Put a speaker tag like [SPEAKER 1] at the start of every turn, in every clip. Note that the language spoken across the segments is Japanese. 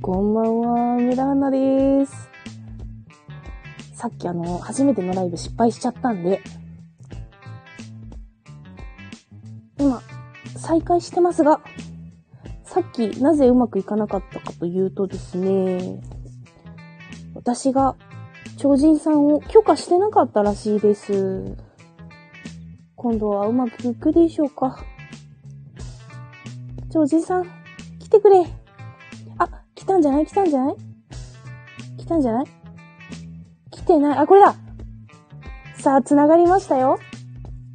[SPEAKER 1] こんばんは、梅田花です。さっきあの、初めてのライブ失敗しちゃったんで、今、再開してますが、さっきなぜうまくいかなかったかというとですね、私が超人さんを許可してなかったらしいです。今度はうまくいくでしょうか。超人さん、来てくれ。あ、来たんじゃない来たんじゃない来たんじゃない来てない。あ、これださあ、繋がりましたよ。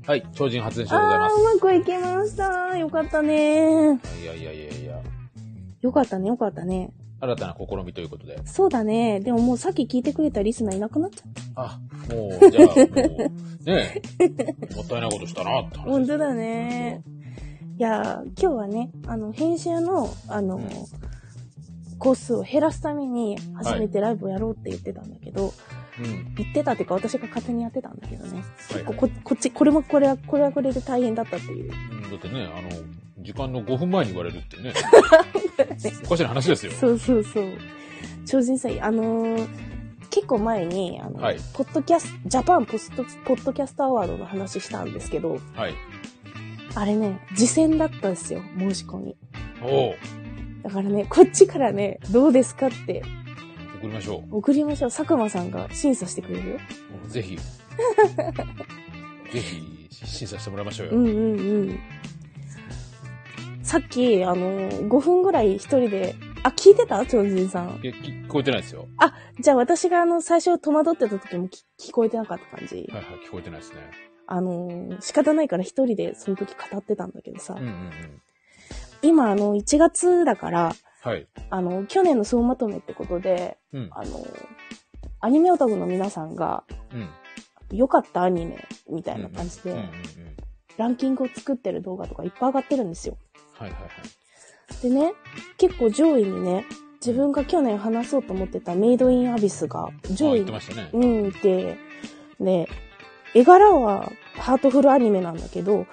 [SPEAKER 2] はい、超人発電所
[SPEAKER 1] あ
[SPEAKER 2] でございま
[SPEAKER 1] あー、うまくいきました。よかったね。
[SPEAKER 2] す。いやいやいやいや、
[SPEAKER 1] よかったね、よかったね。
[SPEAKER 2] 新たな試みということで。
[SPEAKER 1] そうだね。でももうさっき聞いてくれたリスナーいなくなっちゃっ
[SPEAKER 2] あ、もう、じゃあ、もう、ねえ、 もったいないことしたなって
[SPEAKER 1] た。
[SPEAKER 2] 話。
[SPEAKER 1] 本当だね。。いやー、今日はね、あの、編集の、あの、
[SPEAKER 2] うん
[SPEAKER 1] コースを減らすために、初めてライブをやろうって言ってたんだけど、
[SPEAKER 2] うん。
[SPEAKER 1] 言ってたっていうか私が勝手にやってたんだけどね。
[SPEAKER 2] はい、
[SPEAKER 1] こここっち、これもこれは、これはこれで大変だったっていう。
[SPEAKER 2] うんだってね、あの、時間の5分前に言われるって ね。おかしな話ですよ。
[SPEAKER 1] そうそうそう。超人祭、あのー結構前に、あの、
[SPEAKER 2] はい
[SPEAKER 1] ポッドキャスジャパンポスト、ポッドキャストアワードの話したんですけど、
[SPEAKER 2] はい。
[SPEAKER 1] あれね、次戦だったんですよ、申し込み。
[SPEAKER 2] おう
[SPEAKER 1] だからね、こっちからね、どうですかって
[SPEAKER 2] 送りましょ
[SPEAKER 1] 送りましょう。佐久間さんが審査してくれるよ。
[SPEAKER 2] う。ぜひ。 ぜひ、審査してもらいましょうよ。
[SPEAKER 1] うんうんうん。さっき、あのー、5分ぐらい一人で、あ、聞いてた超人さん。
[SPEAKER 2] いや聞こえてないですよ。
[SPEAKER 1] じゃあ私があの、最初戸惑ってた時もき聞こえてなかった感じ。
[SPEAKER 2] はいはい、聞こえてないですね。
[SPEAKER 1] あのー、仕方ないから一人でその時語ってたんだけどさ、
[SPEAKER 2] うんうんうん。
[SPEAKER 1] 今あの、1月だから、
[SPEAKER 2] はい。
[SPEAKER 1] あの、去年の総まとめってことで、
[SPEAKER 2] うん。
[SPEAKER 1] あのー、アニメオタクの皆さんが、
[SPEAKER 2] うん。
[SPEAKER 1] 良かったアニメみたいな感じ
[SPEAKER 2] うんうんう
[SPEAKER 1] で、
[SPEAKER 2] ん。
[SPEAKER 1] ランキングを作ってる動画とかいっぱい上がってるんですよ。
[SPEAKER 2] はいはいはい。
[SPEAKER 1] でね、結構上位にね、自分が去年話そうと思ってたメイドインアビスが
[SPEAKER 2] あ
[SPEAKER 1] 上位
[SPEAKER 2] 言っ
[SPEAKER 1] に
[SPEAKER 2] てましたね。
[SPEAKER 1] うん、いて、で、絵柄はハートフルアニメなんだけど、
[SPEAKER 2] うん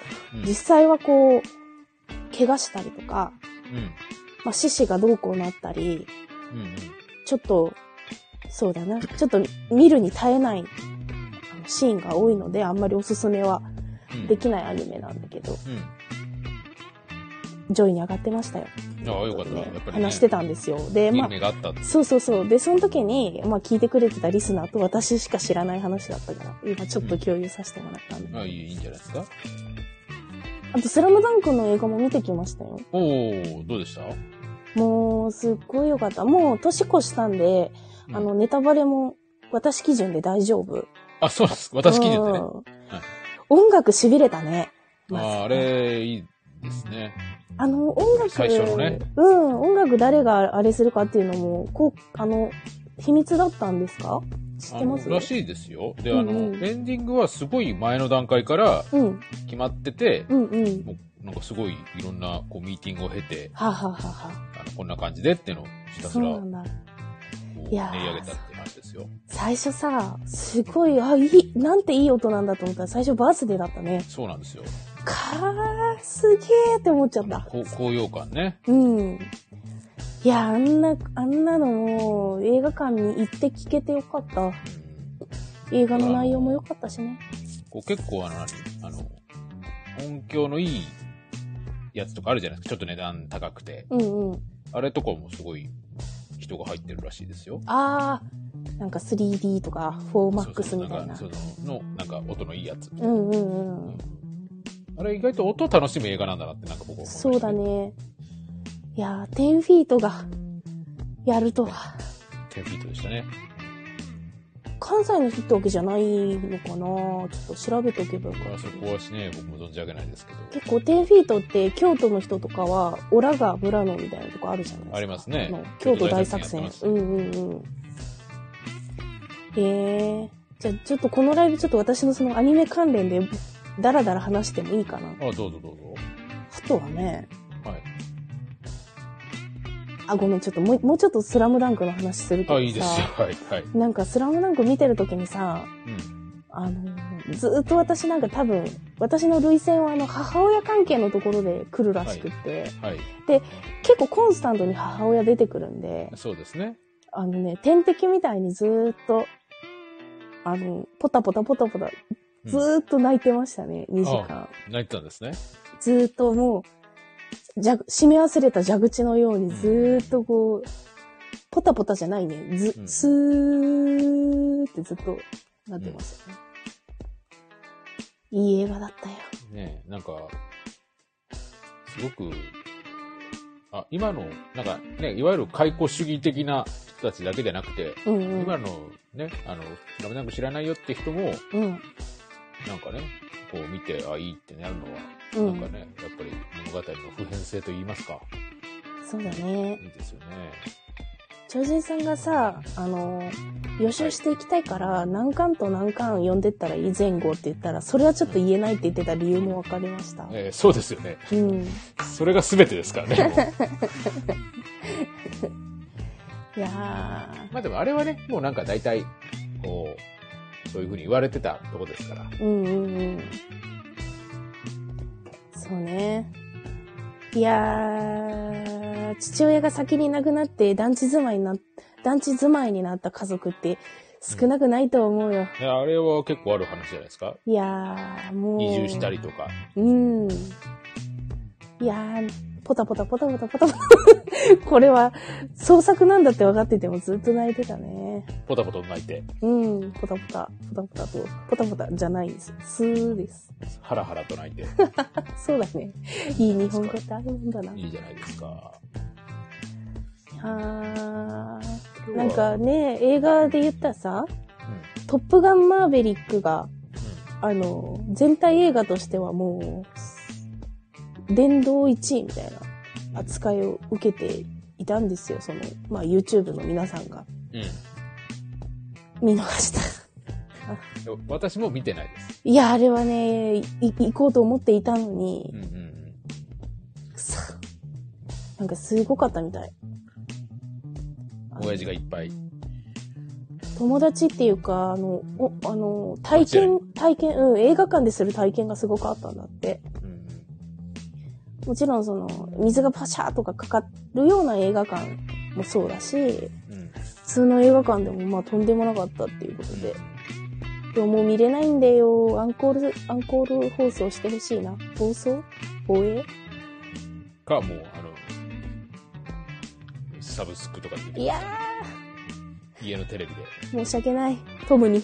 [SPEAKER 1] 実際はこう、怪我したりとか、
[SPEAKER 2] うん。
[SPEAKER 1] まあ、獅子がどうこうなったり、
[SPEAKER 2] うんうん。
[SPEAKER 1] ちょっと、そうだな、ちょっと見るに耐えないあのシーンが多いので、あんまりおすすめは
[SPEAKER 2] うん
[SPEAKER 1] できないアニメなんだけど、
[SPEAKER 2] うん。
[SPEAKER 1] 上位に上がってましたよ。
[SPEAKER 2] ああ、よかった。やっぱり、ね。
[SPEAKER 1] 話してたんですよ。で、
[SPEAKER 2] いい
[SPEAKER 1] まあ、
[SPEAKER 2] 夢があったって。
[SPEAKER 1] そうそうそう。で、その時に、まあ聞いてくれてたリスナーと私しか知らない話だったから、今ちょっと共有させてもらったんで。
[SPEAKER 2] ああ、いいいいんじゃないですか。
[SPEAKER 1] あと、スラムダンクの映画も見てきましたよ。
[SPEAKER 2] おお、どうでした
[SPEAKER 1] もう、すっごい良かった。もう、年越したんで、あ
[SPEAKER 2] う
[SPEAKER 1] の、
[SPEAKER 2] ん
[SPEAKER 1] ネタバレも、私基準で大丈夫。
[SPEAKER 2] あ、そうです。私基準でね。
[SPEAKER 1] うん音楽痺れたね。
[SPEAKER 2] あ
[SPEAKER 1] まず
[SPEAKER 2] あ、あれ、いいですね。
[SPEAKER 1] あの、音楽、
[SPEAKER 2] 最初のね
[SPEAKER 1] うん、音楽誰があれするかっていうのも、こう、あの、秘密だったんですか知っ
[SPEAKER 2] あ
[SPEAKER 1] てま
[SPEAKER 2] の
[SPEAKER 1] す
[SPEAKER 2] らしいですよ。で、あ
[SPEAKER 1] う
[SPEAKER 2] の、
[SPEAKER 1] んうん
[SPEAKER 2] エンディングはすごい前の段階から
[SPEAKER 1] うん、
[SPEAKER 2] 決まってて、
[SPEAKER 1] うん、うん。
[SPEAKER 2] もうなんかすごいいろんなこうミーティングを経て、
[SPEAKER 1] はあはあはあは
[SPEAKER 2] あのこんな感じでっていうのをひ
[SPEAKER 1] あ
[SPEAKER 2] たす
[SPEAKER 1] そう
[SPEAKER 2] ら
[SPEAKER 1] な
[SPEAKER 2] こ
[SPEAKER 1] んだ。
[SPEAKER 2] う練
[SPEAKER 1] い
[SPEAKER 2] り
[SPEAKER 1] やー
[SPEAKER 2] 上げたって話ですよ。
[SPEAKER 1] 最初さ、すごい、あ、いい、なんていい音なんだと思ったら、最初バースデーだったね。
[SPEAKER 2] そうなんですよ。
[SPEAKER 1] かー、すげーって思っちゃった。
[SPEAKER 2] こう高揚感ね。
[SPEAKER 1] うん。いや、あんな、あんなのもう、映画館に行って聞けてよかった。
[SPEAKER 2] うん
[SPEAKER 1] 映画の内容もよかったしね。
[SPEAKER 2] こう結構あの、何あの、音響のいいやつとかあるじゃないですか。ちょっと値段高くて。
[SPEAKER 1] うんうん。
[SPEAKER 2] あれとかもすごい人が入ってるらしいですよ。
[SPEAKER 1] あー、なんか 3D とか 4MAX みたいな。
[SPEAKER 2] そううそうなんかその、の、なんか音のいいやつ。
[SPEAKER 1] んうんうん。
[SPEAKER 2] あれ意外と音を楽しむ映画なんだなってなんか僕は思いました
[SPEAKER 1] そうだ。ね。いやー、10フィートが、やるとは。
[SPEAKER 2] 10フィートでしたね。
[SPEAKER 1] 関西の人ってわけじゃないのかなちょっと調べておけばよか
[SPEAKER 2] 僕
[SPEAKER 1] っ
[SPEAKER 2] は
[SPEAKER 1] た
[SPEAKER 2] そ。こはしね、僕も存じ上げないですけど。
[SPEAKER 1] 結構10フィートって京都の人とかはオラが村のみたいなとこあるじゃないですか
[SPEAKER 2] ありますね
[SPEAKER 1] の京都大作戦
[SPEAKER 2] 京都大作
[SPEAKER 1] う
[SPEAKER 2] 戦
[SPEAKER 1] んうんうんえー、じゃあちょっとこのライブちょっと私のそのアニメ関連でダラダラ話してもいいかな
[SPEAKER 2] あ、どうぞどうぞ。
[SPEAKER 1] あとはね
[SPEAKER 2] はい。
[SPEAKER 1] あごめんちょっともうもうちょっと「スラムダンクの話するけど
[SPEAKER 2] あ、
[SPEAKER 1] さ
[SPEAKER 2] いいですよ。はい、はい。
[SPEAKER 1] なんか「スラムダンク見てる時にさ
[SPEAKER 2] うん。
[SPEAKER 1] あのーずーっと私なんか多分、私の類線はあの、母親関係のところで来るらしくって、
[SPEAKER 2] はい。
[SPEAKER 1] 結構コンスタントに母親出てくるんで、
[SPEAKER 2] そうですね。
[SPEAKER 1] あのね、天敵みたいにずーっと、あの、ポタポタポタポタ、
[SPEAKER 2] うん
[SPEAKER 1] ずーっと泣いてましたね、2時間。
[SPEAKER 2] 泣いてたんですね。
[SPEAKER 1] ずーっともう、じゃ、締め忘れた蛇口のようにずーっとこう、ポタポタじゃないね、ず
[SPEAKER 2] う、ん
[SPEAKER 1] スーってずっとなってましたね。いい映画だったよ。
[SPEAKER 2] ねえ、なんか、すごく、あ、今の、なんかね、いわゆる解雇主義的な人たちだけじゃなくて、
[SPEAKER 1] うんうん。
[SPEAKER 2] 今のね、あの、ラムダンク知らないよって人も、
[SPEAKER 1] うん。
[SPEAKER 2] なんかね、こう見て、あ、いいってなるのは、
[SPEAKER 1] う
[SPEAKER 2] なんか
[SPEAKER 1] ん。
[SPEAKER 2] ね、やっぱり物語の普遍性と言いますか、
[SPEAKER 1] そうだね。
[SPEAKER 2] いいですよね。
[SPEAKER 1] 超人さんがさ、あの、予習していきたいから、何巻と何巻読んでったらいい前後って言ったら、それはちょっと言えないって言ってた理由もわかりました。
[SPEAKER 2] えーそうですよね。
[SPEAKER 1] うん。
[SPEAKER 2] それが全てですか らね。もう
[SPEAKER 1] いや
[SPEAKER 2] まあでもあれはね、もうなんか大体、こう、そういうふうに言われてたとこですから。
[SPEAKER 1] ー、うんうんうん。そうね。いやー、父親が先に亡くなって団地住まいにな、団地住まいになった家族って少なくないと思うよ。
[SPEAKER 2] いやあれは結構ある話じゃないですか。
[SPEAKER 1] いやー、もう。
[SPEAKER 2] 移住したりとか。
[SPEAKER 1] うん。いやー、ポタポタポタポタポタポタ。 これは創作なんだって分かっててもずっと泣いてたね。
[SPEAKER 2] ポタポタ泣いて、
[SPEAKER 1] うん、ポタポタ、ポタポタと、ポタポタじゃないです。スーです。
[SPEAKER 2] ハラハラと泣 いて、
[SPEAKER 1] そうだね。いい日本語ってあるもんだな。
[SPEAKER 2] いいじゃないですか。
[SPEAKER 1] あー。
[SPEAKER 2] 今
[SPEAKER 1] な
[SPEAKER 2] 日
[SPEAKER 1] ん
[SPEAKER 2] は、
[SPEAKER 1] かね、映画で言ったらさ、トップガンマーヴェリックが、あの、全体映画としてはもう、殿堂1位みたいな扱いを受けていたんですよ。その、まあ YouTube の皆さんが
[SPEAKER 2] うん。うん。
[SPEAKER 1] 見逃した。
[SPEAKER 2] でも私も見てないです。
[SPEAKER 1] いや、あれはね、い行こうと思っていたの
[SPEAKER 2] う
[SPEAKER 1] に
[SPEAKER 2] ん、うんうん。
[SPEAKER 1] くそなんかすごかったみたい。あの
[SPEAKER 2] 親父がいっぱい。
[SPEAKER 1] 友達っていうか、あの、お、あの、体験、体験、うん、映画館でする体験がすごくあったんだって。
[SPEAKER 2] うんうん。
[SPEAKER 1] もちろんその、水がパシャーとかかかるような映画館もそうだし、
[SPEAKER 2] うん。
[SPEAKER 1] 普通の映画館でもまあとんでもなかったっていうことで。でももう見れないんだよ。アンコール、アンコール放送してほしいな。放送放映
[SPEAKER 2] か、もう、あの、サブスクとかで見て
[SPEAKER 1] い
[SPEAKER 2] くだ
[SPEAKER 1] や
[SPEAKER 2] さい家のテレビで。
[SPEAKER 1] ー、申し訳ない。トムに。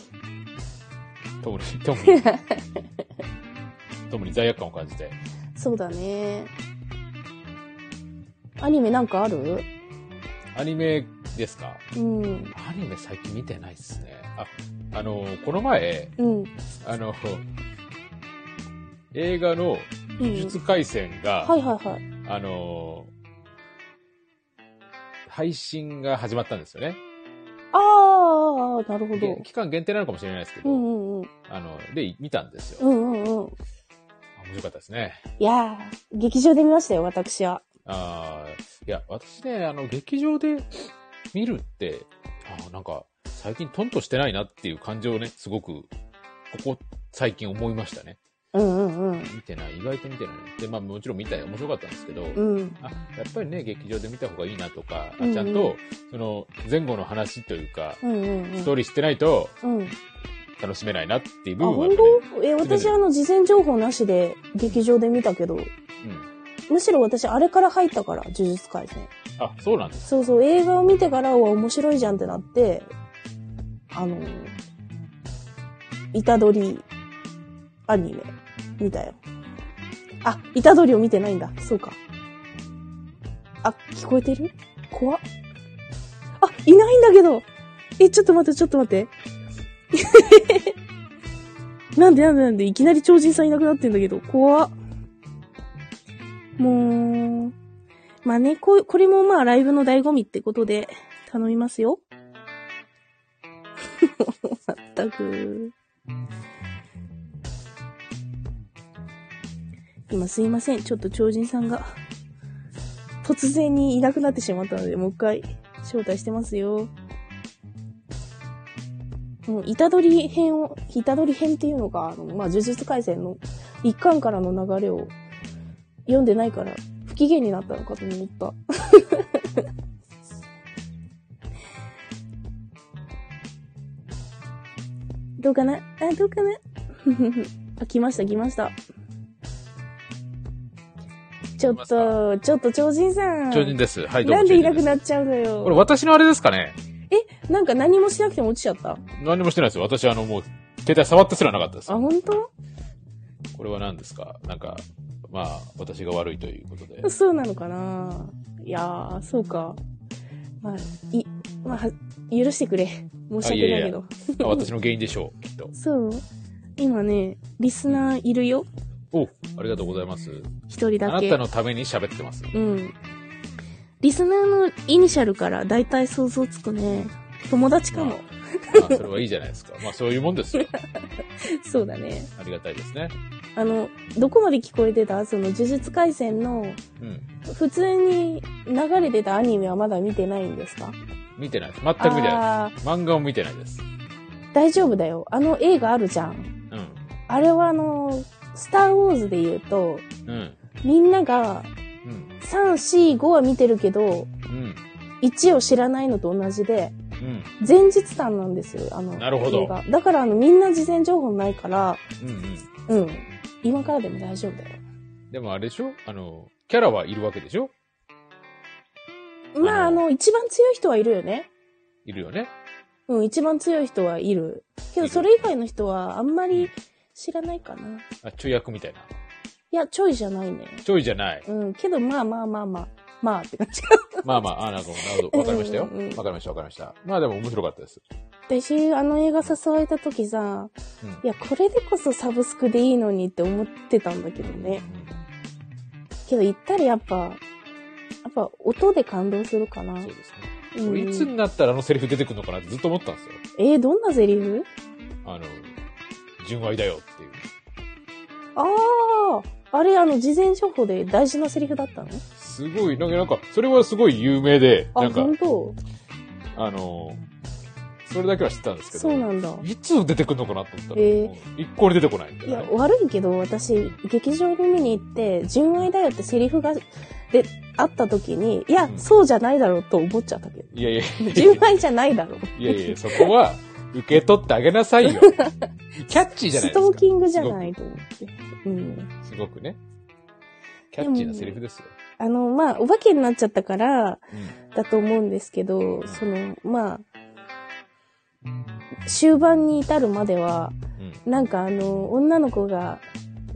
[SPEAKER 2] トムに、ト ムに。トムに罪悪感を感じて。
[SPEAKER 1] そうだね。アニメなんかある
[SPEAKER 2] アニメですか
[SPEAKER 1] うん。
[SPEAKER 2] アニメ最近見てないっすね。あ、あの、この前、
[SPEAKER 1] うん。
[SPEAKER 2] あの、映画の
[SPEAKER 1] う
[SPEAKER 2] 呪
[SPEAKER 1] ん。
[SPEAKER 2] 術廻戦が、
[SPEAKER 1] はいはいはい。
[SPEAKER 2] あの、配信が始まったんですよね。
[SPEAKER 1] あー、なるほど。
[SPEAKER 2] 期間限定なのかもしれないですけ
[SPEAKER 1] う
[SPEAKER 2] ど、
[SPEAKER 1] んうんうん。
[SPEAKER 2] あの、で、見たんです
[SPEAKER 1] う
[SPEAKER 2] よ。
[SPEAKER 1] んうんうん。
[SPEAKER 2] あ面白かったですね。
[SPEAKER 1] いやー、劇場で見ましたよ、私は。
[SPEAKER 2] あーいや、私ね、あの、劇場で見るって、あーなんか、最近トントしてないなっていう感情をね、すごく、ここ最近思いましたね。
[SPEAKER 1] うんうんうん。
[SPEAKER 2] 見てない、意外と見てないね。で、まあもちろん見たよ、面白かったんですけど、
[SPEAKER 1] うん。
[SPEAKER 2] あ、やっぱりね、劇場で見た方がいいなとか、あ
[SPEAKER 1] うんうん
[SPEAKER 2] ちゃんと、その、前後の話というか、
[SPEAKER 1] うんうん
[SPEAKER 2] ストーリーしてないと
[SPEAKER 1] うん。うん。
[SPEAKER 2] 楽しめないなっていう
[SPEAKER 1] あ、
[SPEAKER 2] 部
[SPEAKER 1] 本
[SPEAKER 2] 分はやっ
[SPEAKER 1] 当え、私あの、事前情報なしで劇場で見たけど、
[SPEAKER 2] ぱね、
[SPEAKER 1] むしろ私あれから入ったから、呪術廻戦。
[SPEAKER 2] うん。あ、そうなんです。
[SPEAKER 1] そうそう、映画を見てからは面白いじゃんってなって、あの、イタドリアニメ見たよ。あ、イタドリを見てないんだ。そうか。あ、聞こえてる怖っあ、いないんだけどえ、ちょっと待って、ちょっと待って。 なんでなんでなんで、いきなり超人さんいなくなってんだけど、怖っもう、まあね、こう、これもまあライブの醍醐味ってことで頼みますよ。 まったく。今すいません。ちょっと超人さんが突然にいなくなってしまったので、もう一回招待してますよ。うーの、虎取編を、虎取編っていうのが、あの、まあ、呪術廻戦の一巻からの流れを読んでないから、不機嫌になったのかと思った。 どうかなあ、どうかな あ、来ました、来ました。ちょっと、ちょっと、超人さん。
[SPEAKER 2] 超人です。はい、どうも。
[SPEAKER 1] なんでいなくな
[SPEAKER 2] っ
[SPEAKER 1] っちゃうのよ。
[SPEAKER 2] これ私のあれですかね
[SPEAKER 1] なんか何もしなくても落ちちゃった。
[SPEAKER 2] 何もしてないですよ。私、あの、もう、携帯触ってすらなかったです
[SPEAKER 1] あ、。本当？
[SPEAKER 2] これは何ですかなんか、まあ、私が悪いということ で。
[SPEAKER 1] そうなのかないやー、そうか。まあ、い、まあ、は許してくれ。申し訳ないけど。
[SPEAKER 2] あ私の原因でしょう、きっと。
[SPEAKER 1] そう今ね、リスナーいるよ。
[SPEAKER 2] おありがとうございます。
[SPEAKER 1] 一人
[SPEAKER 2] あ
[SPEAKER 1] だ
[SPEAKER 2] な
[SPEAKER 1] け。
[SPEAKER 2] たのために喋っ てます。
[SPEAKER 1] うん。リスナーのイニシャルからだいたい想像つくね。友達かも。
[SPEAKER 2] まあ、それはいいじゃないですか。まあ、そういうもんですよ。
[SPEAKER 1] そうだね。
[SPEAKER 2] ありがたいですね。
[SPEAKER 1] あの、どこまで聞こえてたその呪術廻戦の
[SPEAKER 2] うん。
[SPEAKER 1] 普通に流れてたアニメはまだ見てないんですか
[SPEAKER 2] 見てないです。全く見てない
[SPEAKER 1] あー
[SPEAKER 2] です。漫画も見てないです。
[SPEAKER 1] 大丈夫だよ。あの映画あるじゃん。
[SPEAKER 2] うん。
[SPEAKER 1] あれはあの、スターウォーズで言うと、
[SPEAKER 2] うん。
[SPEAKER 1] みんなが
[SPEAKER 2] うん。
[SPEAKER 1] 3、4、5は見てるけど、
[SPEAKER 2] うん。
[SPEAKER 1] 1を知らないのと同じで、
[SPEAKER 2] うん。
[SPEAKER 1] 前日談なんですよ、あの、
[SPEAKER 2] なるほど
[SPEAKER 1] 映画だからあの、みんな事前情報ないから、
[SPEAKER 2] うん。うん。
[SPEAKER 1] うん。今からでも大丈夫だよ。
[SPEAKER 2] でもあれでしょあの、キャラはいるわけでしょ
[SPEAKER 1] まあ、
[SPEAKER 2] あ
[SPEAKER 1] あ
[SPEAKER 2] の
[SPEAKER 1] の、一番強い人はいるよね。
[SPEAKER 2] いるよね。
[SPEAKER 1] うん、一番強い人はいる。けど、
[SPEAKER 2] いる
[SPEAKER 1] それ以外の人はあんまり知らないかな。
[SPEAKER 2] あ、ちょい役みたいな。
[SPEAKER 1] いや、ちょいじゃないね。
[SPEAKER 2] ちょいじゃない。
[SPEAKER 1] うん、けど、まあまあまあまあ、まあって感じか
[SPEAKER 2] まあまあ、あ、なるほど、なるほど。わかりましたよ。わ
[SPEAKER 1] うんうんうん
[SPEAKER 2] かりました、わかりました。まあでも面白かったです。
[SPEAKER 1] 私、あの映画誘われた時さ、
[SPEAKER 2] うん
[SPEAKER 1] いや、これでこそサブスクでいいのにって思ってたんだけどね。けど行ったらやっぱ、やっぱ音で感動するかな。
[SPEAKER 2] そうですね。
[SPEAKER 1] うん
[SPEAKER 2] これいつになったらあのセリフ出てくるのかなってずっと思ってたんですよ。
[SPEAKER 1] えーどんなセリフ
[SPEAKER 2] あの、純愛だよっていう。
[SPEAKER 1] あああれ、あの、事前情報で大事なセリフだったの
[SPEAKER 2] すごい、なんか、なんかそれはすごい有名で、な
[SPEAKER 1] あ、
[SPEAKER 2] んか、
[SPEAKER 1] 本当
[SPEAKER 2] あの、それだけは知ってたんですけど、
[SPEAKER 1] そうなんだ。
[SPEAKER 2] いつ出てくるのかなと思ったら、
[SPEAKER 1] えー
[SPEAKER 2] もう一向に出てこないみたい
[SPEAKER 1] い
[SPEAKER 2] な
[SPEAKER 1] や
[SPEAKER 2] ね。、
[SPEAKER 1] 悪いけど、私、劇場に見に行って、純愛だよってセリフが、で、あった時に、いや、
[SPEAKER 2] うん
[SPEAKER 1] そうじゃないだろうと思っちゃったけど。
[SPEAKER 2] いやいやいやいや
[SPEAKER 1] 純愛じゃないだろう。
[SPEAKER 2] いやいや、そこは、受け取ってあげなさいよ。キャッチーじゃないですか。
[SPEAKER 1] ストーキングじゃないいと思って。うん。
[SPEAKER 2] すごく。すごくね。キャッチーなセリフですよ。
[SPEAKER 1] あの、まあ、お化けになっちゃったから、
[SPEAKER 2] うん
[SPEAKER 1] だと思うんですけど、その、まあ、終盤に至るまでは、
[SPEAKER 2] うん。
[SPEAKER 1] なんかあの、女の子が、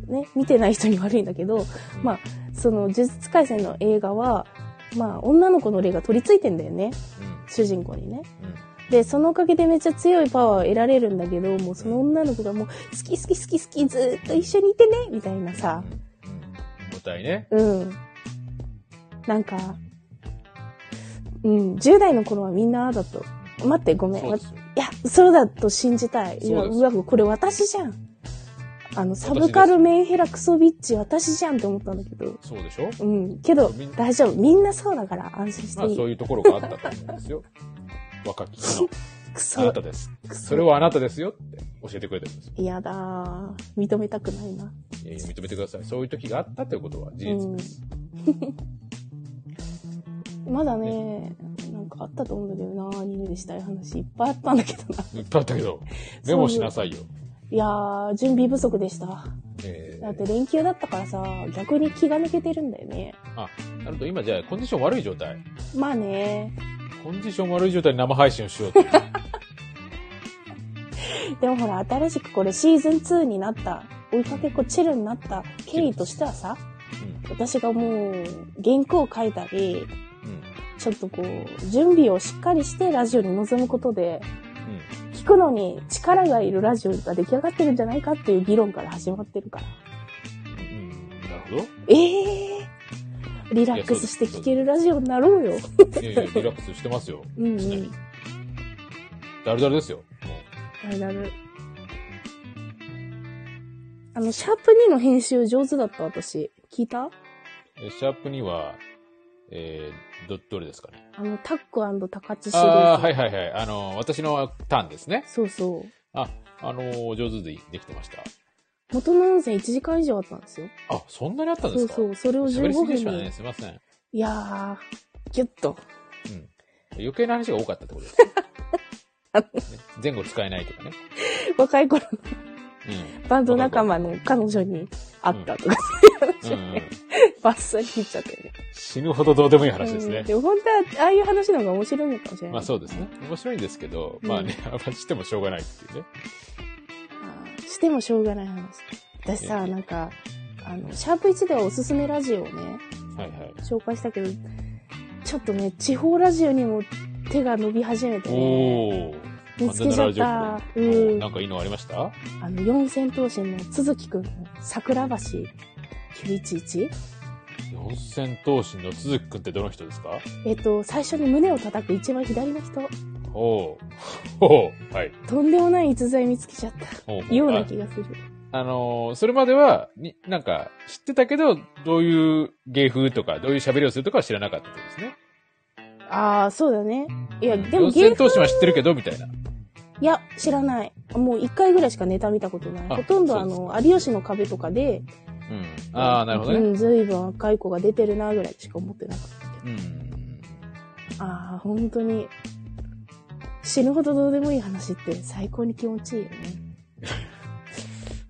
[SPEAKER 1] ね、見てない人に悪いんだけど、まあ、その、呪術廻戦の映画は、まあ、女の子の霊が取り付いてんだよね。
[SPEAKER 2] うん。
[SPEAKER 1] 主人公にね。
[SPEAKER 2] うん。
[SPEAKER 1] で、そのおかげでめっちゃ強いパワーを得られるんだけど、もうその女の子がもう、好き好き好き好き、ずーっと一緒にいてね、みたいなさ、
[SPEAKER 2] うん。うん。母体ね。
[SPEAKER 1] うん。なんか、うん、10代の頃はみんなああだと。待って、ごめん。
[SPEAKER 2] そう
[SPEAKER 1] わい
[SPEAKER 2] ですよ。
[SPEAKER 1] や、そうだと信じたい。いや、
[SPEAKER 2] そうです
[SPEAKER 1] うわ、これ私じゃん。あの、サブカルメンヘラクソビッチ私じゃんって思ったんだけど。
[SPEAKER 2] そうでしょ
[SPEAKER 1] うん。けど
[SPEAKER 2] みん、
[SPEAKER 1] 大丈夫。みんなそうだから安心し
[SPEAKER 2] まあ、
[SPEAKER 1] ていい。
[SPEAKER 2] そういうところがあったと思う んですよ。若き日の
[SPEAKER 1] ク
[SPEAKER 2] あな
[SPEAKER 1] ソ
[SPEAKER 2] た、です。
[SPEAKER 1] クソ。
[SPEAKER 2] それはあなたですよって教えてくれてるんですよ。
[SPEAKER 1] 嫌だー認めたくないな。
[SPEAKER 2] いやいや認めてください。そういう時があったということは事実です。
[SPEAKER 1] まだね、なんかあったと思うんだけどな、アニメでしたい話いっぱいあったんだけどな。
[SPEAKER 2] いっぱいあったけど、メモしなさいよ。
[SPEAKER 1] いやー、準備不足でした。
[SPEAKER 2] え
[SPEAKER 1] だって
[SPEAKER 2] ー、
[SPEAKER 1] 連休だったからさ、逆に気が抜けてるんだよね。
[SPEAKER 2] なると今じゃあコンディション悪い状態。
[SPEAKER 1] まあね。
[SPEAKER 2] コンディション悪い状態で生配信をしよう と。
[SPEAKER 1] でもほら、新しくこれシーズン2になった、追いかけっこチェルになった経緯としてはさ、私がもう、原稿を書いたり、
[SPEAKER 2] うん。うん。
[SPEAKER 1] ちょっとこう、準備をしっかりしてラジオに臨むことで、
[SPEAKER 2] うん。
[SPEAKER 1] 聞くのに力がいるラジオが出来上がってるんじゃないかっていう議論から始まってるから。
[SPEAKER 2] うん。なるほ
[SPEAKER 1] ええー、リラックスして聞けるラジオになろうよ。
[SPEAKER 2] ど。いやいや、リラックスしてますよ。
[SPEAKER 1] うんう
[SPEAKER 2] 常
[SPEAKER 1] ん
[SPEAKER 2] に。。だるだるですよ。も
[SPEAKER 1] あれなる。あの、シャープ2の編集上手だった私。聞いた
[SPEAKER 2] うえシャープには、えー、ど、どれですかね。
[SPEAKER 1] あの、タックタカチシリーズ。
[SPEAKER 2] ああー、はいはいはい。あの、私のターンですね。
[SPEAKER 1] そうそう。
[SPEAKER 2] あ、あのー上手でできてました。
[SPEAKER 1] 元の温泉1時間以上あったんですよ。
[SPEAKER 2] あ、そんなにあったん
[SPEAKER 1] そ
[SPEAKER 2] です
[SPEAKER 1] う
[SPEAKER 2] か
[SPEAKER 1] そう。それを
[SPEAKER 2] 喋りす
[SPEAKER 1] 15
[SPEAKER 2] ぎで
[SPEAKER 1] 分に。
[SPEAKER 2] したね。すいません。
[SPEAKER 1] いやー、ギュッと。
[SPEAKER 2] 余計な話が多かったってことです
[SPEAKER 1] あの
[SPEAKER 2] ね。前後使えないとかね。
[SPEAKER 1] 若い頃の
[SPEAKER 2] うん。
[SPEAKER 1] バンド仲間の彼女に会ったとか、
[SPEAKER 2] うんうん、
[SPEAKER 1] バッサリ切っちゃったよね。
[SPEAKER 2] 死ぬほどどうでもいい話です
[SPEAKER 1] うん
[SPEAKER 2] ね。
[SPEAKER 1] でも本当は、ああいう話の方が面白いのかもしれない。
[SPEAKER 2] まあそうですね。面白いんですけど、まあね、 話してもしょうがないっていうね。
[SPEAKER 1] あーしてもしょうがない話。私さ、なんか、あの、シャープ1ではおすすめラジオをね、
[SPEAKER 2] はいはい。
[SPEAKER 1] 紹介したけど、ちょっとね、地方ラジオにも手が伸び始めてね、
[SPEAKER 2] おー。
[SPEAKER 1] 見つけちゃった。う
[SPEAKER 2] 完全なラジオっぽいおー
[SPEAKER 1] ん
[SPEAKER 2] な。んかいいのありました
[SPEAKER 1] あの、四千頭身の鈴木くん、桜橋911。
[SPEAKER 2] 四千頭身の鈴木くんってどの人ですか
[SPEAKER 1] えっと、最初に胸を叩く一番左の人、
[SPEAKER 2] おー。おー。 はい。
[SPEAKER 1] とんでもない逸材見つけちゃった。
[SPEAKER 2] おー
[SPEAKER 1] ような気がする。
[SPEAKER 2] あのーそれまでは、に、なんか、知ってたけど、どういう芸風とか、どういう喋りをするとかは知らなかったってことですね。
[SPEAKER 1] ああ、そうだね。いや、
[SPEAKER 2] うん
[SPEAKER 1] でも
[SPEAKER 2] 四
[SPEAKER 1] 芸
[SPEAKER 2] 千
[SPEAKER 1] 風、
[SPEAKER 2] 頭身は知ってるけど、みたいな。
[SPEAKER 1] いや、知らない。もう一回ぐらいしかネタ見たことない。
[SPEAKER 2] あ
[SPEAKER 1] ほとんどあ
[SPEAKER 2] そう
[SPEAKER 1] の、有吉の壁とかで、
[SPEAKER 2] うん。ああ、なるほど
[SPEAKER 1] う
[SPEAKER 2] ね。
[SPEAKER 1] ん、ずいぶん若い子が出てるなぐらいしか思ってなかったけど。
[SPEAKER 2] うん。
[SPEAKER 1] ああ、本当に、死ぬほどどうでもいい話って最高に気持ちいいよね。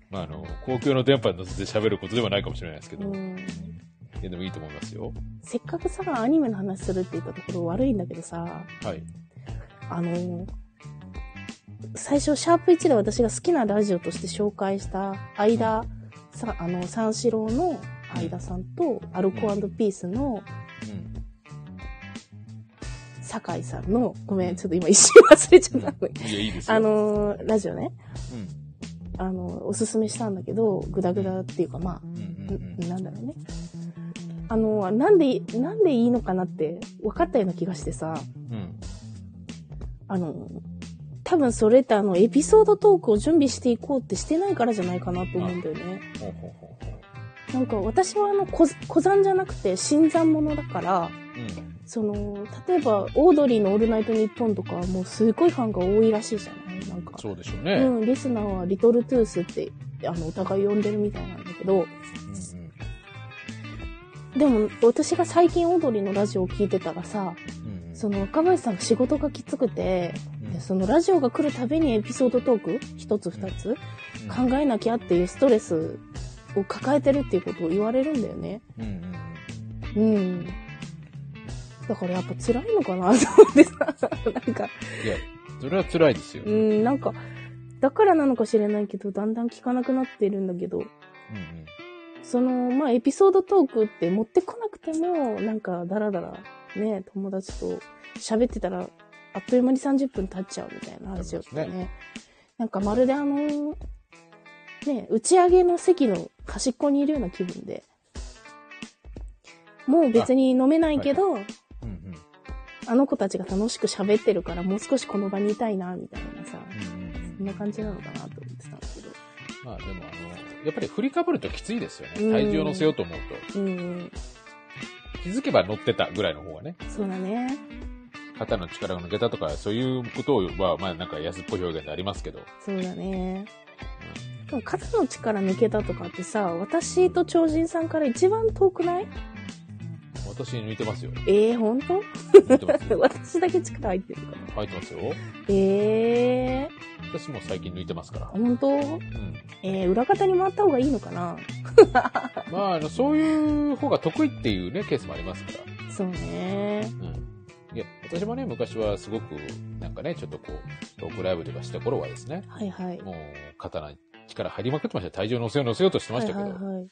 [SPEAKER 2] まあ、あの、公共の電波に乗せて喋ることではないかもしれないですけ
[SPEAKER 1] う
[SPEAKER 2] ど、い
[SPEAKER 1] ん。
[SPEAKER 2] や、でもいいと思いますよ。
[SPEAKER 1] せっかくさ、アニメの話するって言ったところ悪いんだけどさ、
[SPEAKER 2] はい。
[SPEAKER 1] あの、最初、シャープ1で私が好きなラジオとして紹介した、相田さん、あの、三四郎の相田さんと、アルコピースの
[SPEAKER 2] うん。
[SPEAKER 1] 酒井さんの、ごめん、ちょっと今一瞬忘れちゃったのに。
[SPEAKER 2] いや、いいですよ。
[SPEAKER 1] あ、の、ラジオね、
[SPEAKER 2] うん。
[SPEAKER 1] あの、おすすめしたんだけど、グダグダっていうか、ま
[SPEAKER 2] うん
[SPEAKER 1] あ、
[SPEAKER 2] うん
[SPEAKER 1] んなんだろうね。あの、なんで、なんでいいのかなって分かったような気がしてさ、
[SPEAKER 2] うん。うん。
[SPEAKER 1] あの、多分それってあの、エピソードトークを準備していこうってしてないからじゃないかなと思うんだよね。
[SPEAKER 2] ほうほうほうほ
[SPEAKER 1] なんか私はあの、こ古参じゃなくて新参者だから、
[SPEAKER 2] う。うん。
[SPEAKER 1] その、例えば、オードリーのオールナイトニッポンとかはもうすごいファンが多いらしいじゃないなんか。
[SPEAKER 2] そうでしょう
[SPEAKER 1] う
[SPEAKER 2] ね。
[SPEAKER 1] ん、リスナーはリトルトゥースって、あの、お互い呼んでるみたいなんだけど、
[SPEAKER 2] うん。
[SPEAKER 1] でも私が最近オードリーのラジオを聞いてたらさ、
[SPEAKER 2] うん。うん。
[SPEAKER 1] その若林さんが仕事がきつくて、
[SPEAKER 2] うん、
[SPEAKER 1] でそのラジオが来るたびにエピソードトーク一つ二つ考えなきゃっていうストレスを抱えてるっていうことを言われるんだよね。
[SPEAKER 2] うん。うんうん。
[SPEAKER 1] うん。だからやっぱ辛いのかなと思って さ、なんか、
[SPEAKER 2] いや、それは辛いですよ。
[SPEAKER 1] う
[SPEAKER 2] うん
[SPEAKER 1] ん、なんか、だからなのか知れないけど、だんだん聞かなくなってるんだけど、
[SPEAKER 2] うん。
[SPEAKER 1] その、まあ、エピソードトークって持ってこなくても、なんか、だらだら、ね、友達と喋ってたら、あっという間に30分経っちゃうみたいな話を
[SPEAKER 2] な
[SPEAKER 1] ね
[SPEAKER 2] ります
[SPEAKER 1] ね。なんか、まるであの、ね、打ち上げの席の端っこにいるような気分で、もう別に飲めないけど、あ,、
[SPEAKER 2] うんうん。
[SPEAKER 1] の子たちが楽しく喋ってるから、もう少しこの場にいたいな、みたいなさ、
[SPEAKER 2] うんうんうん
[SPEAKER 1] そんな感じなのかなと思ってたんだけ
[SPEAKER 2] まあでもあの、やっぱり振りかぶるときついですよ
[SPEAKER 1] うん
[SPEAKER 2] ね。体重を乗せようと思う
[SPEAKER 1] ど。うん、
[SPEAKER 2] と。気づけば乗ってたぐらいの方がね、
[SPEAKER 1] そうだね。
[SPEAKER 2] 肩の力が抜けたとか、そういうことは、まあなんか安っぽい表現でありますけど。
[SPEAKER 1] そうだね。でも肩の力抜けたとかってさ、私と超人さんから一番遠くない
[SPEAKER 2] 私抜いてますよ。
[SPEAKER 1] ええー、ほんと
[SPEAKER 2] 抜いてますよ。
[SPEAKER 1] 私だけ力入ってるから。
[SPEAKER 2] 入ってますよ。
[SPEAKER 1] ええ
[SPEAKER 2] 私も最近抜いてますから
[SPEAKER 1] ー、。ほんと
[SPEAKER 2] うん。
[SPEAKER 1] えー、裏方に回った方がいいのかな
[SPEAKER 2] まああの、そういう方が得意っていうね、ケースもありますから。
[SPEAKER 1] そうね。
[SPEAKER 2] うん。いや、私もね、昔はすごく、なんかね、ちょっとこう、トークライブとかした頃はですね、
[SPEAKER 1] はいはい。
[SPEAKER 2] もう、肩に力入りまくってましたよ。体重を乗せよう乗せようとしてま
[SPEAKER 1] は
[SPEAKER 2] した
[SPEAKER 1] い
[SPEAKER 2] けど。
[SPEAKER 1] はいはい。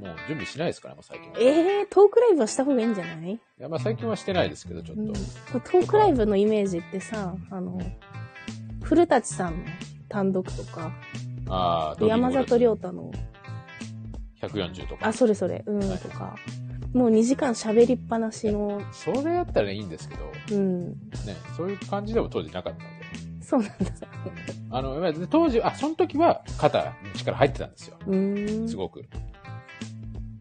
[SPEAKER 2] もう準備しないですから、もう最近は。い
[SPEAKER 1] ええー、トークライブはした方がいいんじゃない
[SPEAKER 2] や、まあ最近はしてないですけど、ちょっと。
[SPEAKER 1] うん、こうトークライブのイメージってさ、あの、古舘さんの単独とか、
[SPEAKER 2] ああ、
[SPEAKER 1] 山里亮太の
[SPEAKER 2] 140とか。
[SPEAKER 1] あ、それそれ、うん、
[SPEAKER 2] はい
[SPEAKER 1] とか、もう2時間喋りっぱなしの、
[SPEAKER 2] それやったらいいんですけど、
[SPEAKER 1] うん、
[SPEAKER 2] ね、そういう感じでも当時なかったんで。
[SPEAKER 1] そうなんだ。
[SPEAKER 2] あの、まあ当時、あ、その時は肩に力入ってたんですよ。
[SPEAKER 1] うーん。
[SPEAKER 2] すごく。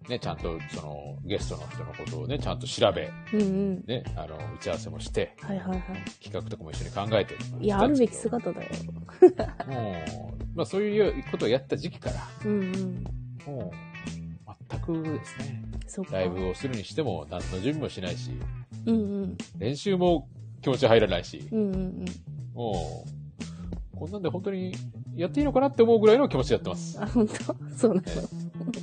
[SPEAKER 2] ね、ちゃんとそのゲストの人のことをね、ちゃんと調べ、
[SPEAKER 1] うんうん。
[SPEAKER 2] ね、あの、打ち合わせもして、
[SPEAKER 1] はいはいは
[SPEAKER 2] 企画とかも一緒に考えて。
[SPEAKER 1] い。いや、あるべき姿だよ。
[SPEAKER 2] もう、まあそういうことをやった時期から、
[SPEAKER 1] うんうん。
[SPEAKER 2] もう、全くですね、
[SPEAKER 1] そっか。
[SPEAKER 2] ライブをするにしても何の準備もしないし、
[SPEAKER 1] うんうん。
[SPEAKER 2] 練習も気持ち入らないし、
[SPEAKER 1] うんうん
[SPEAKER 2] もう、こんなんで本当にやっていいのかなって思うぐらいの気持ちでやってま
[SPEAKER 1] う
[SPEAKER 2] す
[SPEAKER 1] ん。。あ、本当 そうなの。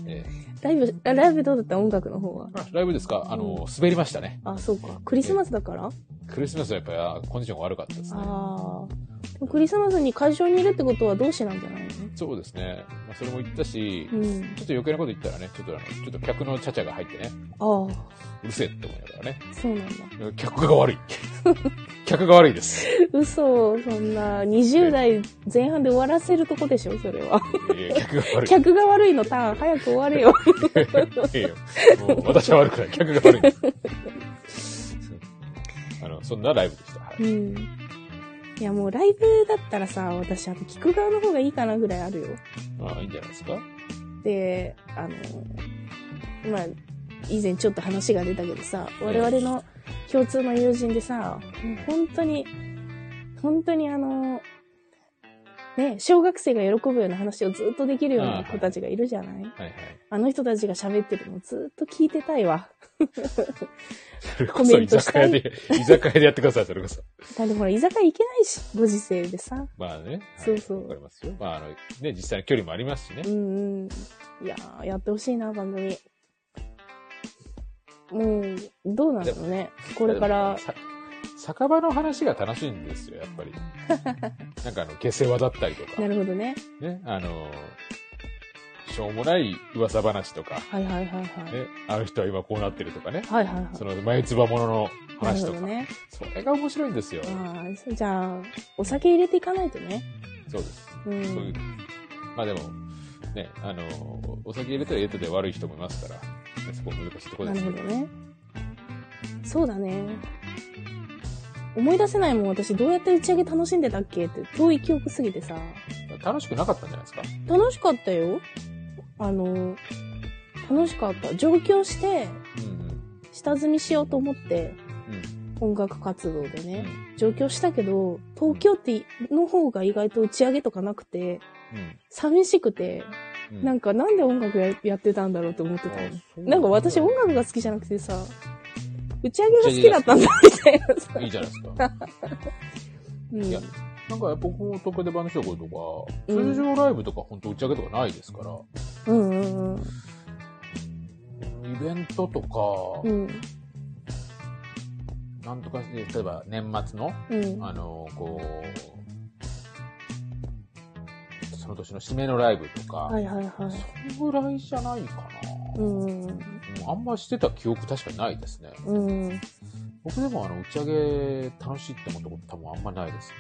[SPEAKER 2] ええ
[SPEAKER 1] ライブ、あライブどうだった音楽の方は。
[SPEAKER 2] ライブですかあの、滑りましたね。
[SPEAKER 1] あ、そうか。クリスマスだから
[SPEAKER 2] クリスマスはやっぱりあーコンディションが悪かったですね。
[SPEAKER 1] ああ。でもクリスマスに会場にいるってことは同志なんじゃないの
[SPEAKER 2] そうですね。まあ、それも言ったし、
[SPEAKER 1] うん。
[SPEAKER 2] ちょっと余計なこと言ったらね、ちょっとあの、ちょっと客のチャチャが入ってね、
[SPEAKER 1] ああ、
[SPEAKER 2] うるせえって思いながらね、
[SPEAKER 1] そうなんだ。
[SPEAKER 2] 客が悪い。客が悪いです。
[SPEAKER 1] 嘘、そんな。20代前半で終わらせるとこでしょ、それは。
[SPEAKER 2] いやいや客が悪い。
[SPEAKER 1] 客が悪いのターン、早く終われよ。
[SPEAKER 2] いやいやもう私は悪くない。客が悪いんです。あの、そんなライブでした。は
[SPEAKER 1] う
[SPEAKER 2] い
[SPEAKER 1] ん。いや、もうライブだったらさ、私、あの、聞く側の方がいいかなぐらいあるよ。
[SPEAKER 2] まあ、いいんじゃないですか。
[SPEAKER 1] で、あの、まあ、以前ちょっと話が出たけどさ、我々の共通の友人でさ、もう本当に、本当にあの、ね、小学生が喜ぶような話をずっとできるような子たちがいるじゃない
[SPEAKER 2] はいはい。
[SPEAKER 1] あの人たちが喋ってるのずっと聞いてたいわ。
[SPEAKER 2] それこそ居酒屋で、居酒屋でやってください、それこそ。
[SPEAKER 1] だってほら、居酒屋行けないし、ご時世でさ。
[SPEAKER 2] まあね。はい
[SPEAKER 1] そうそう
[SPEAKER 2] わかりますよ。まあ、あの、ね、実際の距離もありますしね
[SPEAKER 1] う。んうん。いやー、やってほしいな、番組。うん、どうなんだろうね。これから、
[SPEAKER 2] さ酒場の話が楽しいんですよ、やっ ぱり。なんかあの、下世話だったりとか
[SPEAKER 1] な、るほどね。
[SPEAKER 2] ね、あの、しょうもない噂話とか、
[SPEAKER 1] はいはいはいはい。
[SPEAKER 2] ね、あの人は今こうなってるとかね、
[SPEAKER 1] はいはいはい。
[SPEAKER 2] その眉唾物の
[SPEAKER 1] なる
[SPEAKER 2] 話
[SPEAKER 1] ほ
[SPEAKER 2] と
[SPEAKER 1] ど
[SPEAKER 2] か、
[SPEAKER 1] ね。
[SPEAKER 2] それが面白いんですよ。
[SPEAKER 1] ああ、そうじゃあ、お酒入れていかないとね。
[SPEAKER 2] そうです。
[SPEAKER 1] う。。
[SPEAKER 2] そういうんまあでも、ね、あの、お酒入れたら入れたで悪い人もいますから、ねそこ難しいところ
[SPEAKER 1] な
[SPEAKER 2] で
[SPEAKER 1] るほ
[SPEAKER 2] すけ
[SPEAKER 1] ど
[SPEAKER 2] ど。
[SPEAKER 1] ね。そうだね。思い出せないもん、私どうやって打ち上げ楽しんでたっけって、遠い記憶すぎてさ。
[SPEAKER 2] 楽しくなかったんじゃないですか
[SPEAKER 1] 楽しかったよ。あの、楽しかった。上京して、
[SPEAKER 2] うん
[SPEAKER 1] 下積みしようと思って、
[SPEAKER 2] うん。うん。
[SPEAKER 1] 音楽活動でね。
[SPEAKER 2] う
[SPEAKER 1] 上京したけど、東京って、の方が意外と打ち上げとかなくて、
[SPEAKER 2] ん
[SPEAKER 1] 寂しくて、
[SPEAKER 2] う
[SPEAKER 1] なんかなんで音楽ややってたんだろうと思ってたの。なんか私音楽が好きじゃなくてさ、打ち上げが好きだったんだみたいなさ。
[SPEAKER 2] いいじゃないですか。
[SPEAKER 1] うん。
[SPEAKER 2] いやなんか僕も東京でバンドしたこととか、
[SPEAKER 1] うん
[SPEAKER 2] 通常ライブとか本当打ち上げとかないですから、
[SPEAKER 1] うんうんうん。
[SPEAKER 2] イベントとか、
[SPEAKER 1] うん。
[SPEAKER 2] なんとかして、例えば年末の、
[SPEAKER 1] うん。
[SPEAKER 2] あの、こう、その年の締めのライブとか、
[SPEAKER 1] はいはいはい。
[SPEAKER 2] そのぐらいじゃないかな。
[SPEAKER 1] うんうん
[SPEAKER 2] もうあんましてた記憶確かにないですね。
[SPEAKER 1] うん。うん。
[SPEAKER 2] 僕でもあの、打ち上げ楽しいって思ったこと多分あんまないです。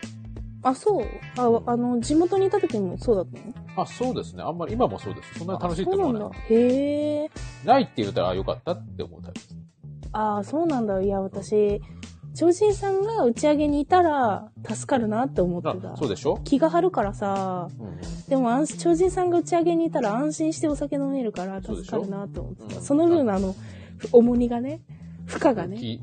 [SPEAKER 1] あ、そうあ、あの、地元にいた時もそうだったの
[SPEAKER 2] あ、そうですね。あんまり今もそうです。そんなに楽しいって
[SPEAKER 1] そう
[SPEAKER 2] 思
[SPEAKER 1] な
[SPEAKER 2] わ
[SPEAKER 1] ん
[SPEAKER 2] ない
[SPEAKER 1] だ。。へえ。
[SPEAKER 2] ないって言ったら、あ、よかったって思うタイプです。
[SPEAKER 1] ああ、そうなんだ。いや、私、超人さんが打ち上げにいたら助かるなって思って
[SPEAKER 2] な
[SPEAKER 1] た
[SPEAKER 2] そ。うでしょ
[SPEAKER 1] 気が張るからさ、
[SPEAKER 2] うんうん。
[SPEAKER 1] でも安心、超人さんが打ち上げにいたら安心してお酒飲めるから助かるなと思っ
[SPEAKER 2] そ
[SPEAKER 1] て
[SPEAKER 2] うでしょ
[SPEAKER 1] た。
[SPEAKER 2] うん
[SPEAKER 1] その分のあの、ふ重荷がね、負荷がね。
[SPEAKER 2] き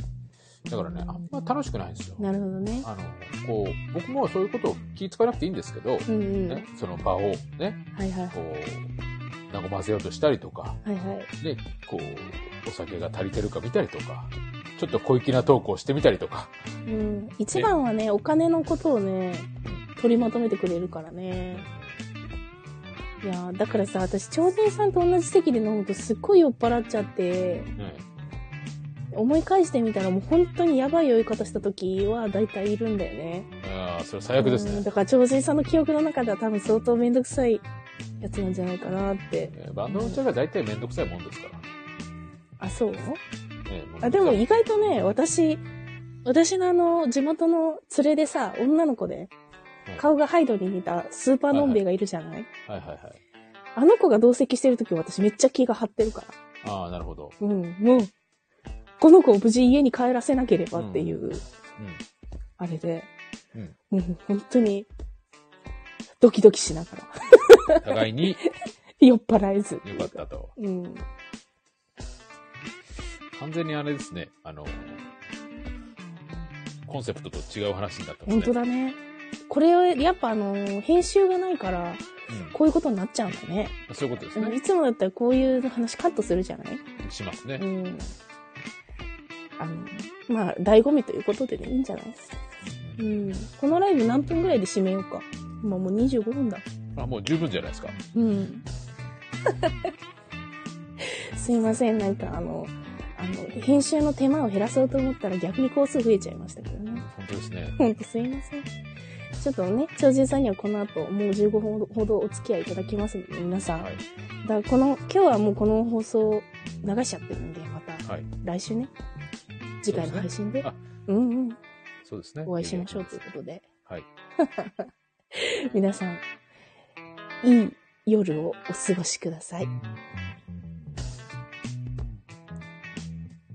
[SPEAKER 2] だからね、あんま楽しくないんですよ。
[SPEAKER 1] なるほどね。
[SPEAKER 2] あの、こう、僕もそういうことを気遣わなくていいんですけど、
[SPEAKER 1] うんうん。
[SPEAKER 2] ね、その場をね、
[SPEAKER 1] はいはい。
[SPEAKER 2] こう、和ませようとしたりとか、
[SPEAKER 1] はいはい。
[SPEAKER 2] ね、こう、お酒が足りてるか見たりとか、ちょっと小粋なトークをしてみたりとか、
[SPEAKER 1] うん。一番はね、お金のことをね、取りまとめてくれるからね。いやーだからさ、私、超人さんと同じ席で飲むとすっごい酔っ払っちゃって、
[SPEAKER 2] ね、
[SPEAKER 1] 思い返してみたらもう本当にやばい酔い方した時は大体いるんだよね。
[SPEAKER 2] ああ、それ最悪です
[SPEAKER 1] うん
[SPEAKER 2] ね。
[SPEAKER 1] だから超人さんの記憶の中では多分相当めんどくさいやつなんじゃないかなって。
[SPEAKER 2] ねバンドのうちが大体めんどくさいもんですから。
[SPEAKER 1] あ、そう
[SPEAKER 2] ね
[SPEAKER 1] あ、でも
[SPEAKER 2] い
[SPEAKER 1] 意外とね、私、私のあの、地元の連れでさ、女の子で
[SPEAKER 2] はい、
[SPEAKER 1] 顔がハイドに似たスーパーのんべいがいるじゃない、
[SPEAKER 2] はいはいはい。
[SPEAKER 1] あの子が同席してる時私めっちゃ気が張ってるから。
[SPEAKER 2] ああ、なるほど。
[SPEAKER 1] うん、もう、この子を無事家に帰らせなければっていう、
[SPEAKER 2] う
[SPEAKER 1] あれで、
[SPEAKER 2] ん。うん。
[SPEAKER 1] もう本当に、ドキドキしながら、
[SPEAKER 2] 互いに
[SPEAKER 1] 酔っ払えず。
[SPEAKER 2] 良かったと。
[SPEAKER 1] うん。
[SPEAKER 2] 完全にあれですね、あの、コンセプトと違う話になったも
[SPEAKER 1] 本
[SPEAKER 2] んね。
[SPEAKER 1] 当だね。これを、やっぱあのー編集がないから、こういうことになっちゃうんだね。
[SPEAKER 2] うん、そういうことです
[SPEAKER 1] うん
[SPEAKER 2] ね。
[SPEAKER 1] いつもだったらこういう話カットするじゃない
[SPEAKER 2] しますね
[SPEAKER 1] う。ん。あの、まあ、醍醐味ということでね、いいんじゃないうん。このライブ何分ぐらいで締めようか。今もう25分だ。
[SPEAKER 2] あ、もう十分じゃないですか。
[SPEAKER 1] うん。 すいません、なんかあの、あの、編集の手間を減らそうと思ったら逆にコース増えちゃいましたけどね。
[SPEAKER 2] 本当ですね。
[SPEAKER 1] ほんとすいません。ちょっとね、超人さんにはこの後もう15分ほどほどお付き合いいただきますので、皆さん。
[SPEAKER 2] はい。
[SPEAKER 1] だからこの、今日はもうこの放送流しちゃってるんで、また
[SPEAKER 2] はい。
[SPEAKER 1] 来週ね、次回の配信で、
[SPEAKER 2] そうです
[SPEAKER 1] うんうん、
[SPEAKER 2] そうですね。
[SPEAKER 1] お会いしましょうということで、
[SPEAKER 2] はい。
[SPEAKER 1] 皆さん、いい夜をお過ごしください。